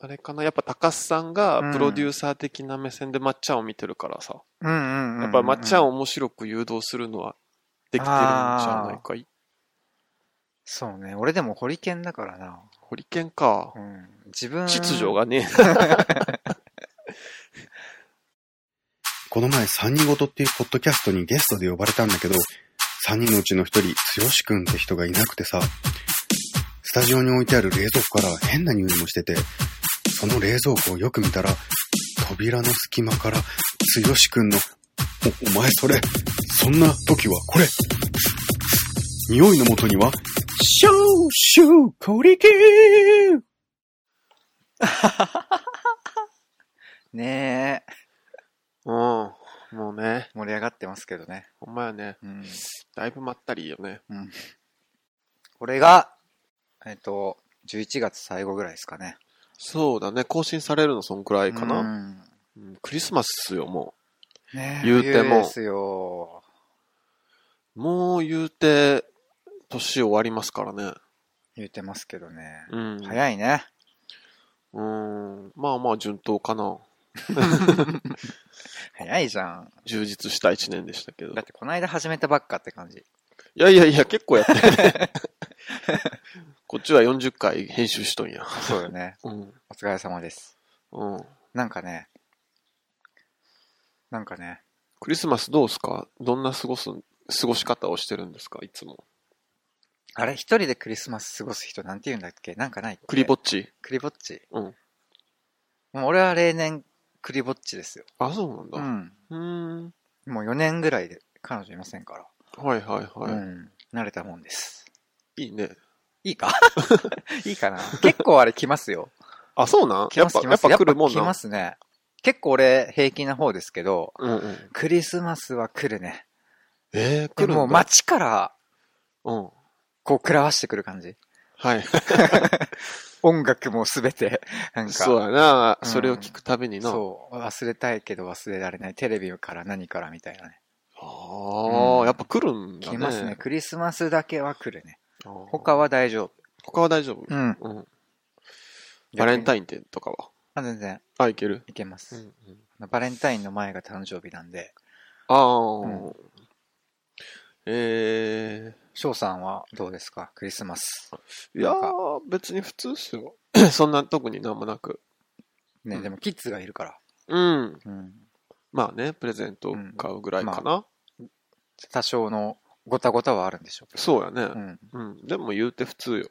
あれかな。やっぱ高須さんがプロデューサー的な目線でまっちゃんを見てるからさ。あ。うんうんうんうん。やっぱまっちゃんを面白く誘導するのはできてるんじゃないかい。そうね。俺でもホリケンだからな。ホリケンかう。ん。自分。秩序。がね。この前、三人ごとっていうポッドキャストにゲストで呼ばれたんだけど、三人のうちの一人、つよしくんって人がいなくてさ、スタジオに置いてある冷蔵庫から変な匂いもしてて、その冷蔵庫をよく見たら、扉の隙間から、つよしくんの、お、お前それ、そんな時はこれ。匂いの元には、ショーショーコリケー ねえ。うん。もうね、盛り上がってますけどね。ほんまやね、うん。だいぶまったりいいよね。これが、えっと、11月最後ぐらいですかね。そうだね、更新されるのそんくらいかうな。んうんクリスマスっすよ、もねえ言うても冬ですよ。う。もう言うて、年終わりますからね。言うてますけどね。うん。早いね。うん。まあまあ順当かな。早いじゃん。充実した一年でしたけど。だってこの間始めたばっかって感じ。いやいやいや、結構やってるね。こっちは40回編集しとんや。そうよね。うん。 お疲れ様です。うん。なんかね、なんかね、クリスマスどうすかどんな過ごす、過ごし方をしてるんですかいつも。あれ一人でクリスマス過ごす人なんて言うんだっけなんかないっけクリぼっちクリぼっちうん。もう俺は例年クリぼっちですよ。あ、そうなんうだ。ん。うん。んもう4年ぐらいで彼女いませんから。はいはいはい。うん。慣れたもんです。いいね。いいか いいかな結構あれ来ますよ。あ、そうなん来 やまっすぱ、来やまっす。ぱやっぱ来るもん来なま。すね。結構俺平気な方ですけど、うんうん。クリスマスは来るね。えー、来でるんだもう街からうん。こう食らわしてくる感じ。はい。音楽もすべて、なんか。 そうやな。うんそれを聞くたびにな。そう。忘れたいけど忘れられない。テレビから何からみたいなね。あうあ、んやっぱ来るんだね。来ますね。。クリスマスだけは来るね。他他は、は大丈夫。他は大丈夫うん。うん。バレンイン。タインデーとかは。あ、全然あ、いけるいけまうす、んうん。バレンタインの前が誕生日なんで、あうあ。え翔さんはどうですかクリスマス。ー、いやなんー、別に普通っすよ。 そんな特になんもなく。ね、うんでもキッズがいるから。うん。うん。まあね、プレゼントを買うぐらいかうんな。多少のごたごたはあるんでしょうけそうやねど。う。ん。うん。でも言うて普通よ。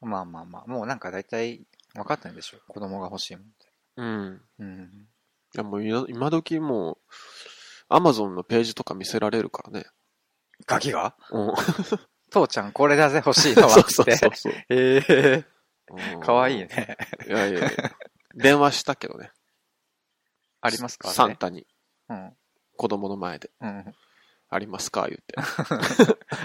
まあまあまあ。もうなんか大体分かったんでしょう。子供が欲しいもんって。うん。うん。いやもう今今時もう、アマゾンのページとか見せられるからね。ガキが うん。父ちゃんこれだぜ欲しいのは そっうそうてそう。そう。ええうんかわいい。ね。いやいやいや電話したけどね。 ありますかサンタに、うん。子供の前で、うん。ありますか言って。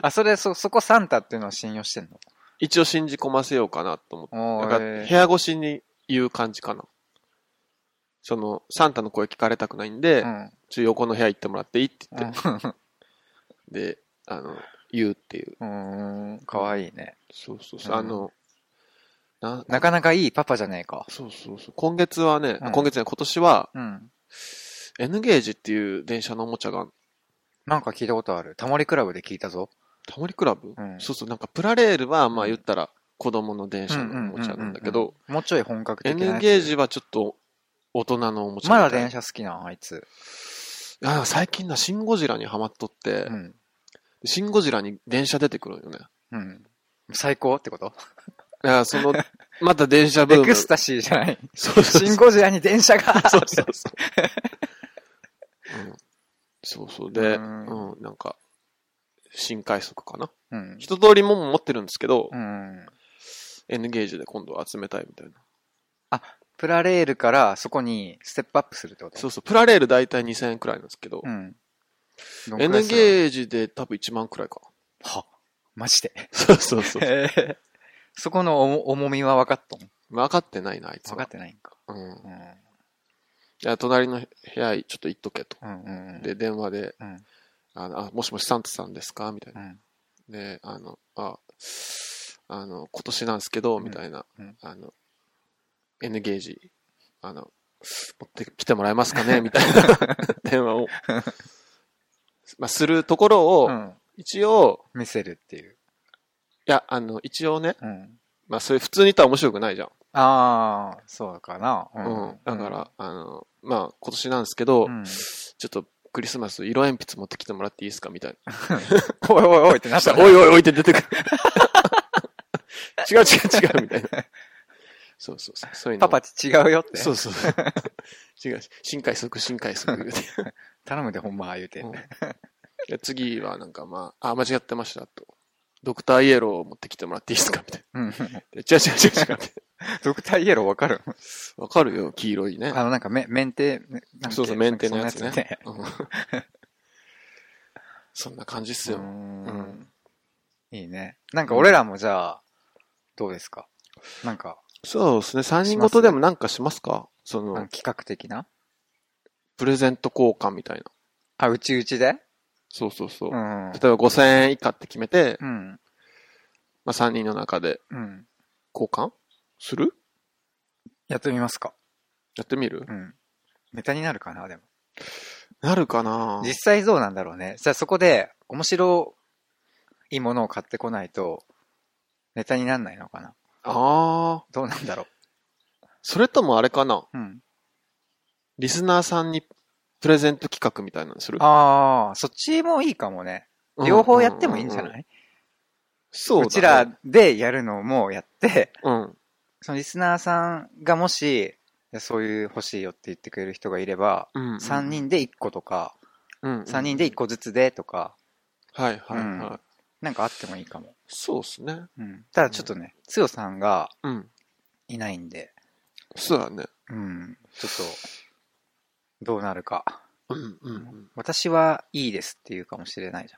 あ、それ、そ、そこサンタっていうのは信用してんの一応信じ込ませようかなと思って。おだーから、え部屋越しに言う感じかな。その、サンタの声聞かれたくないんで、ーうん。ちょ、横の部屋行ってもらっていいって言って、うで、あの、言うっていう。ん。うんかわいいね。そうそうそう。あの、な、なかなかいいパパじゃねえか。そうそうそう。今月はね、うん今月ね、今年は、うん。 N ゲージっていう電車のおもちゃが、なんか聞いたことある。タモリクラブで聞いたぞ。タモリクラブ、うんそうそう、なんかプラレールは、まあ言ったら子供の電車のおうんうんうんうんうんもちゃなんだけど、もうちょい本格的なやつ。 N ゲージはちょっと大人のおもちゃみまたいだ電車好きな、あいつ。ああ最近な、シン・ゴジラにハマっとって、うん。シン・ゴジラに電車出てくるんよね。うん。最高ってこといや、その、 また電車ブーエム。クスタシーじゃない。 そうそうシそンう。ゴジラに電車が。 そうそうそう。うん、そうそう。で、ううんん、なんか、新快速かな。うん。一通りも持ってるんですけど、うん。 N ゲージで今度集めたいみたいな。プラレールからそこにステップアップするってことそうそう、プラレール大体2000円くらいなんですけど、うん。どんく N らいするゲージで多分1万くらいか。は、マジで。そうそうそ う。へえそこの重重みは分かっとん分かってないな、あいつ分は。かってないんか。うん。いうん。や、隣の部屋ちょっと行っとけと。うんうんうん。で、電話で、うん、あの、あ、もしもしサンタさんですかみたいうな。ん。で、あの、あ、あの、今年なんですけど、みたいなうんうん、あの、N ゲージ、あの、持ってきてもらえます かねみたいな 電話を、まあ、するところをう、ん。一応、見せるっていう。いや、あの、一応ね、うん。まあ、それ普通に言ったら面白くないじゃん。ああ、そうかな。ううん。だか、ら、あの、まあ、今年なんですけど、うん。ちょっとクリスマス色鉛筆持ってきてもらっていいですかみたいな。お いおいおいってなそっしたたらね。おいおいおいって出て くる。違う違う違うみたいな。そうそうそう。そういう のパパ違うよって。そうそう。 違う。新快速、新快速言うて。頼むでほんま言うてう。んで次はなんかまあ、あ、間違ってましたと。ドクターイエローを持ってきてもらっていいですかみたいうん。な。で違う違う違う違うみたいドクターイエロー分かるな。わかるよ、黄色いね。あの、なんかメ、メンテ、なんだっけそうそう、メンテのやつなね。んかそんなやうんそんな感じっすつねよ。ううんん。いいね。なんか俺らもじゃあ、どうですかなんか、そうですね。3し人ますごとでもなんかしますかそあのの、企画的なプレゼント交換みたいな。あ、うちうちでそうそうそう。う例ん。えば5000円以下って決めて、うん。まあ3人の中でうん。交換するやってみますか。やってみるうん。ネタになるかな、でも。なるかな実際どうなんだろうね。じゃあそこで、面白いものを買ってこないと、ネタになんないのかな。ああ。どうなんだろそれともあれかなう。うん。リスナーさんにプレゼント企画みたいなのするああ、そっちもいいかもね。両方やってもいいんじゃない、うそうだねちらでやるのもやって、うん。そのリスナーさんがもし、いやそういう欲しいよって言ってくれる人がいれば、うん。 3人で1個とか、うん。うん3人で1個ずつでとか、はいはいはい。うんなんかあってもいいかも。そうっすね。うん。ただちょっとね、つよさんがうん。いないんで、そうだね。うん。ちょっと、どうなるか。うんうんうん。私はいいですって言うかもしれないじ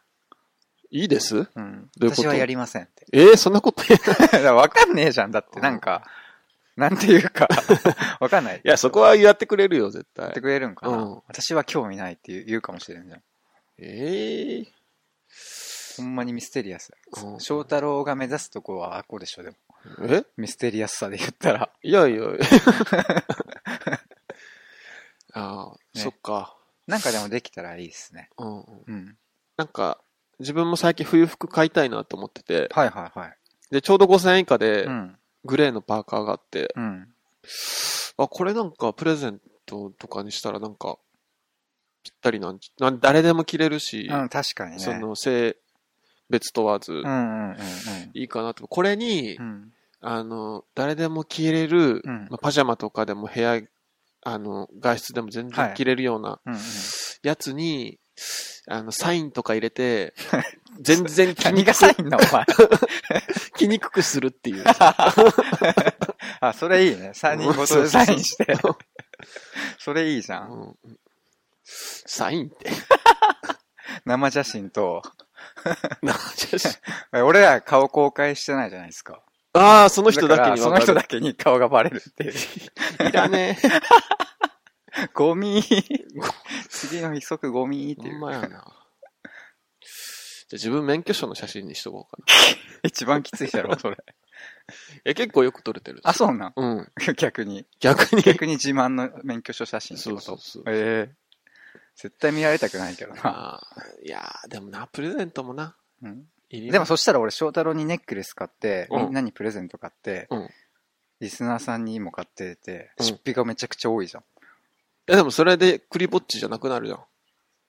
いいでゃすん。うん。どういうこと私はやりませんって。 えー、そんなこと言えない。だからわかんねえじゃん。だってなんか、なんていうか、 わかんない。 いや、そこはやってくれるよ、絶や対って。くれるんかな、うん私は興味ないって言う言うかもしれんじゃん。ええほんまにミステリアス。うん翔太郎が目指すとこはあっこでしょ、でも。えミステリアスさで言ったら。い やいや。ああ、ねそっか。なんかでもできたらいいですね。うんうん。うん。なんか、自分も最近冬服買いたいなと思ってて、はいはいはい。で、ちょうど5000円以下でう、ん。グレーのパーカーがあって、うん。あ、これなんかプレゼントとかにしたらなんか、ぴったりなんじなん、誰でも着れるし、うん、確かにね。その性別問わず、うんうんうんうん。いいかなと。これに、うん。あの、誰でも着れる、うんまあ、パジャマとかでも部屋、あの、外出でも全は然い着れるようなうんうん。やつに、あの、サインとか入 れて、全然着何にがサインだ、お前。着にくくするっていう。 あ、それいいね。3人ごとでサインして。それいいじゃん。うんサイン って。生写真と、なんじゃし俺ら顔公開してないじゃないですか。ああ、その人だけにその分かる。人だけに顔がバレるって いう。いら ねゴミ次の日即ゴミっえ。てほいんまやう。な。じゃあ自分免許証の写真にしとこうか一番きついだろ、そ れ。な。え、結構よく撮れてる。あ、そうなんうん。逆に。逆に。逆に自慢の免許証写真ってそこうそとう。そう。ええ絶対見られたくないけどな。あーいやーでもな、プレゼントもな。うんいるよでもそしたら俺、翔太郎にネックレス買って、うんみんなにプレゼント買って、うんリスナーさんにも買ってて、うん出費がめちゃくちゃ多いじゃん。えでもそれでクリぼっちじゃなくなるじゃん。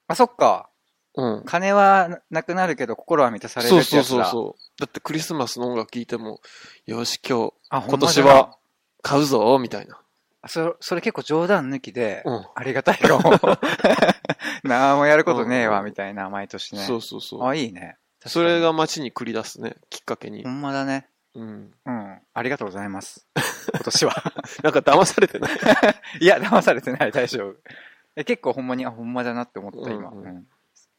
あ、そっか。うん。金はなくなるけど、心は満たされるってそうやつそだ。うそうそう。だってクリスマスの音楽聴いても、よし、今日あ、ほんまだな今年は。買うぞ、みたいな。あそれ、それ結構冗談抜きで、うん。ありがたい かも。なあもうやることねえわ、うんみたいな、毎年ね。そうそうそう。あ、いいね。それが街に繰り出すね、きっかけにほ。んまだね。うん。うん。ありがとうござい ます。今年 は。なんか騙されてない。 いや、騙されてない、大丈夫。え結構ほんまに、あ、ほんまだなって思った、今。うんうんうん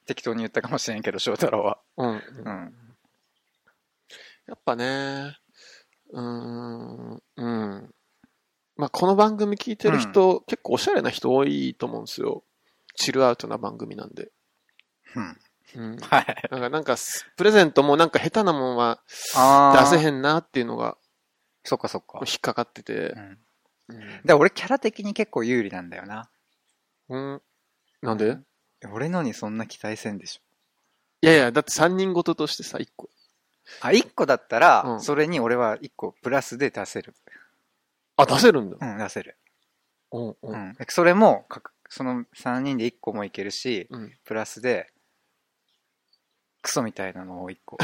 適当に言ったかもしれんけど、翔太郎は。うん。うん。やっぱね、うーん、うん。まあ、この番組聞いてる人、結構おしゃれな人多いと思うんですよ。チルアウトな番組なんで。うん。うん。 はい。なんか、なんかす、プレゼントもなんか下手なもんはあー出せへんなっていうのがそっかそっか。引っかかっててう。ん。うんで、俺、キャラ的に結構有利なんだよな。うん。なんで俺のにそんな期待せんでしょ。いやいや、だって3人ごととしてさ、1個。あ、一個だったら、うんそれに俺は一個プラスで出せる。あ、出せるんだう。ん、出せる。うん、う。うんん。それもかく、その3人で1個もいけるし、うん。プラスで、クソみたいなのを1個。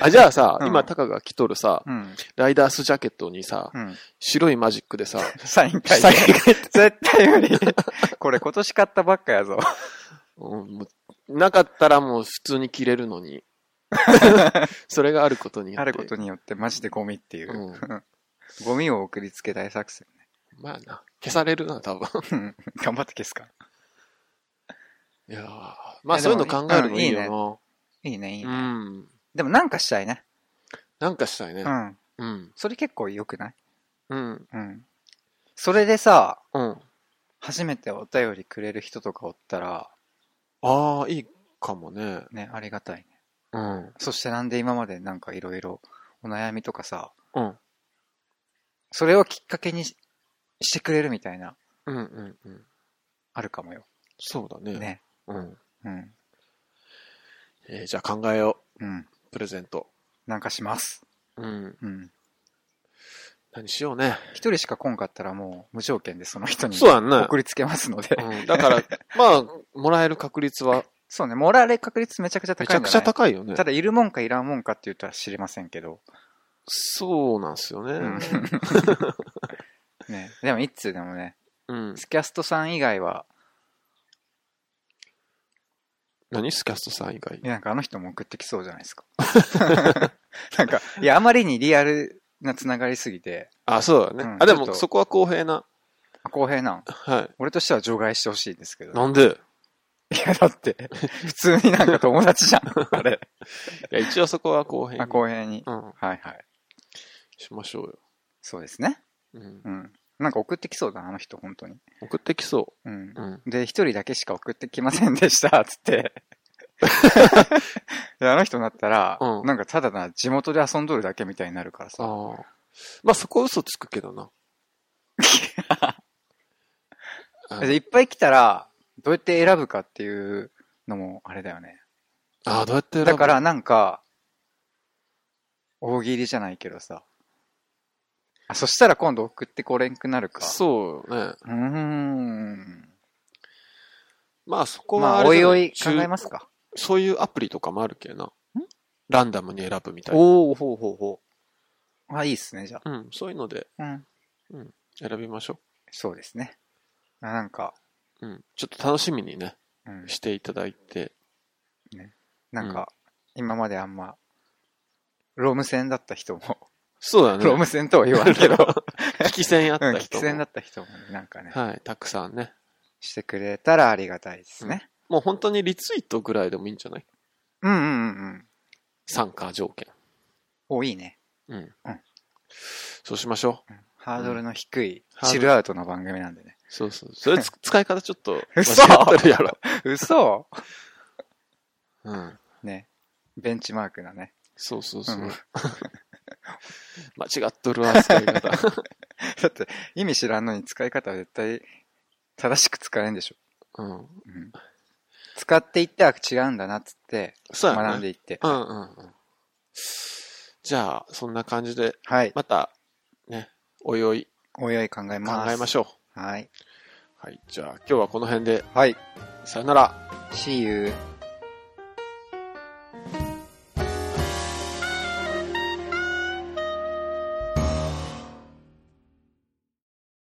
あ、じゃあさ、うん今、タカが着とるさ、うん。ライダースジャケットにさ、うん。白いマジックでさ、サイン書い下てに。書いて絶対無理。これ今年買ったばっかやぞ。うんもうなかったらもう普通に着れるの に。それがあることによって。あることによってマジでゴミっていう。うんゴミを送りつけ大作戦。まあな。消されるな、多分。うん頑張って消すか。いやーまあいやでもそういうの考えるのいいよな。いいね、いいね。うん。でもなんかしたいね。なんかしたいうね。ん。うん。それ結構良くないうん。うん。それでさ、うん。初めてお便りくれる人とかおったら、ああ、いいかもね。ね、ありがたいね。うん。そしてなんで今までなんかいろいろお悩みとかさ、うん。それをきっかけにししてくれるみたいな、うんうんうん。あるかもよ。そうだね。ね。うん。うん。えーじゃあ考えようん。う。プレゼント。なんかします。うん。うん。何しようね。一人しか来んかったらもう無条件でその人にそうやんね。送りつけますので。うんだから、 まあ、もらえる確率はそうね、もらえる確率めちゃくちゃ高いめんちじゃゃないくちゃ高いよね。ただ、いるもんかいらんもんかって言ったら知りませんけど。そうなんですよね。うん ね。でも、一通でもね、うん。スキャストさん以外は、何スキャストさん以外い。やなんかあの人も送ってきそうじゃないですか。 なんか、いや、あまりにリアルなつながりすぎて、あ、そうだね。うんあ、でちょっもとそこは公平な。あ公平なん。は俺としては除外してほしいんですけど。い。いなんでや、だって、普通になんか友達じゃん。あれ。いや、一応そこは公平あ、に。公平に。うん。はいはい。しましょうよ。そうですね。うんう。ん。なんか送ってきそうだな、あの人、本当に。送ってきそうんう。。うん。で、一人だけしか送ってきませんでした、つ って。であの人になったら、うんなんかただな、地元で遊んどるだけみたいになるからあさ。あ。まあそこは嘘つくけどな。あでいっぱい来たら、どうやって選ぶかっていうのも、あれだよね。ああ、どうやって選ぶだから、なんか、大喜利じゃないけどさ。あ、そしたら今度送ってこれんくなるか。そうよね。うーん。まあそこまはあ、れおじいゃなおい考えますか。そういうアプリとかもあるけどな。ランダムに選ぶみたいな。おおほうほうほう。あ、いいっすね、じゃうん、そういうのであ。うん。選びましょそうですね。あなんか、う。うん。ちょっと楽しみにね、うん。していただいて。なんか、今まであんま、ローム戦だった人も、そ うだね。ローム戦とは言わんけど、 危機戦やっうたん、人も。聞き戦だった人も、なんかね、はい、たくさんね。してくれたらありがたいですね。もう本当にリツイートぐらいでもいいんじゃないうんうんうんうん。参加条件。お、いいね。うん。うんそうしましょう。うんハードルの低い、ハードチルルアウトの番組なんでね。そうそう。それつ使い方ちょっと嘘間違ってるやろ。 嘘うん。ね。ベンチマークなね。そうそうそう。うん 間違っとるわ、使い方。 だって、意味知らんのに使い方は絶対、正しく使えんでしょ。うん。うん、使っていって、あ、違うんだなっつって、そうやね。学んでいって。うんうんうん。じゃあ、そんな感じで、はい。また、ね、おいおいおいおい考え考ます。えましょはい。う。はい。じゃあ、今日はこの辺で、はい。さよなら。 See you.